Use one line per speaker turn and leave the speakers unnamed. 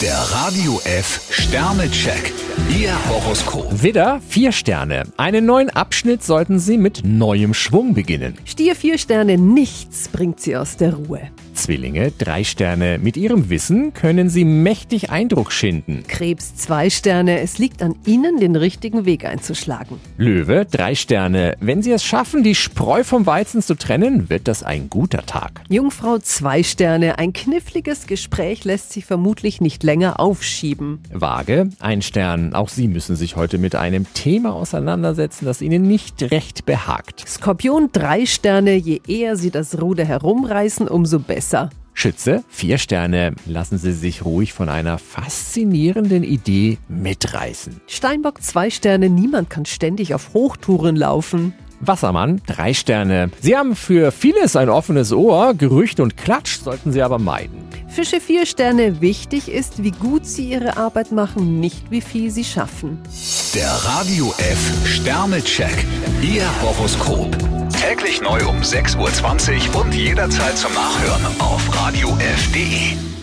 Der Radio F Sternecheck. Ihr Horoskop.
Widder, vier Sterne. Einen neuen Abschnitt sollten Sie mit neuem Schwung beginnen.
Stier vier Sterne, nichts bringt sie aus der Ruhe.
Zwillinge, drei Sterne. Mit Ihrem Wissen können Sie mächtig Eindruck schinden.
Krebs zwei Sterne, es liegt an Ihnen, den richtigen Weg einzuschlagen.
Löwe, drei Sterne. Wenn Sie es schaffen, die Spreu vom Weizen zu trennen, wird das ein guter Tag.
Jungfrau zwei Sterne, ein kniffliges Gespräch lässt sich vermutlich nicht länger aufschieben.
Waage, ein Stern. Auch Sie müssen sich heute mit einem Thema auseinandersetzen, das Ihnen nicht recht behagt.
Skorpion drei Sterne, je eher Sie das Ruder herumreißen, umso besser.
Schütze, vier Sterne. Lassen Sie sich ruhig von einer faszinierenden Idee mitreißen.
Steinbock zwei Sterne, niemand kann ständig auf Hochtouren laufen.
Wassermann, drei Sterne. Sie haben für vieles ein offenes Ohr, Gerücht und Klatsch sollten Sie aber meiden.
Fische vier Sterne, wichtig ist, wie gut Sie Ihre Arbeit machen, nicht wie viel Sie schaffen.
Der Radio F Sternecheck. Ihr Horoskop. Täglich neu um 6.20 Uhr und jederzeit zum Nachhören auf Radio radiof.de.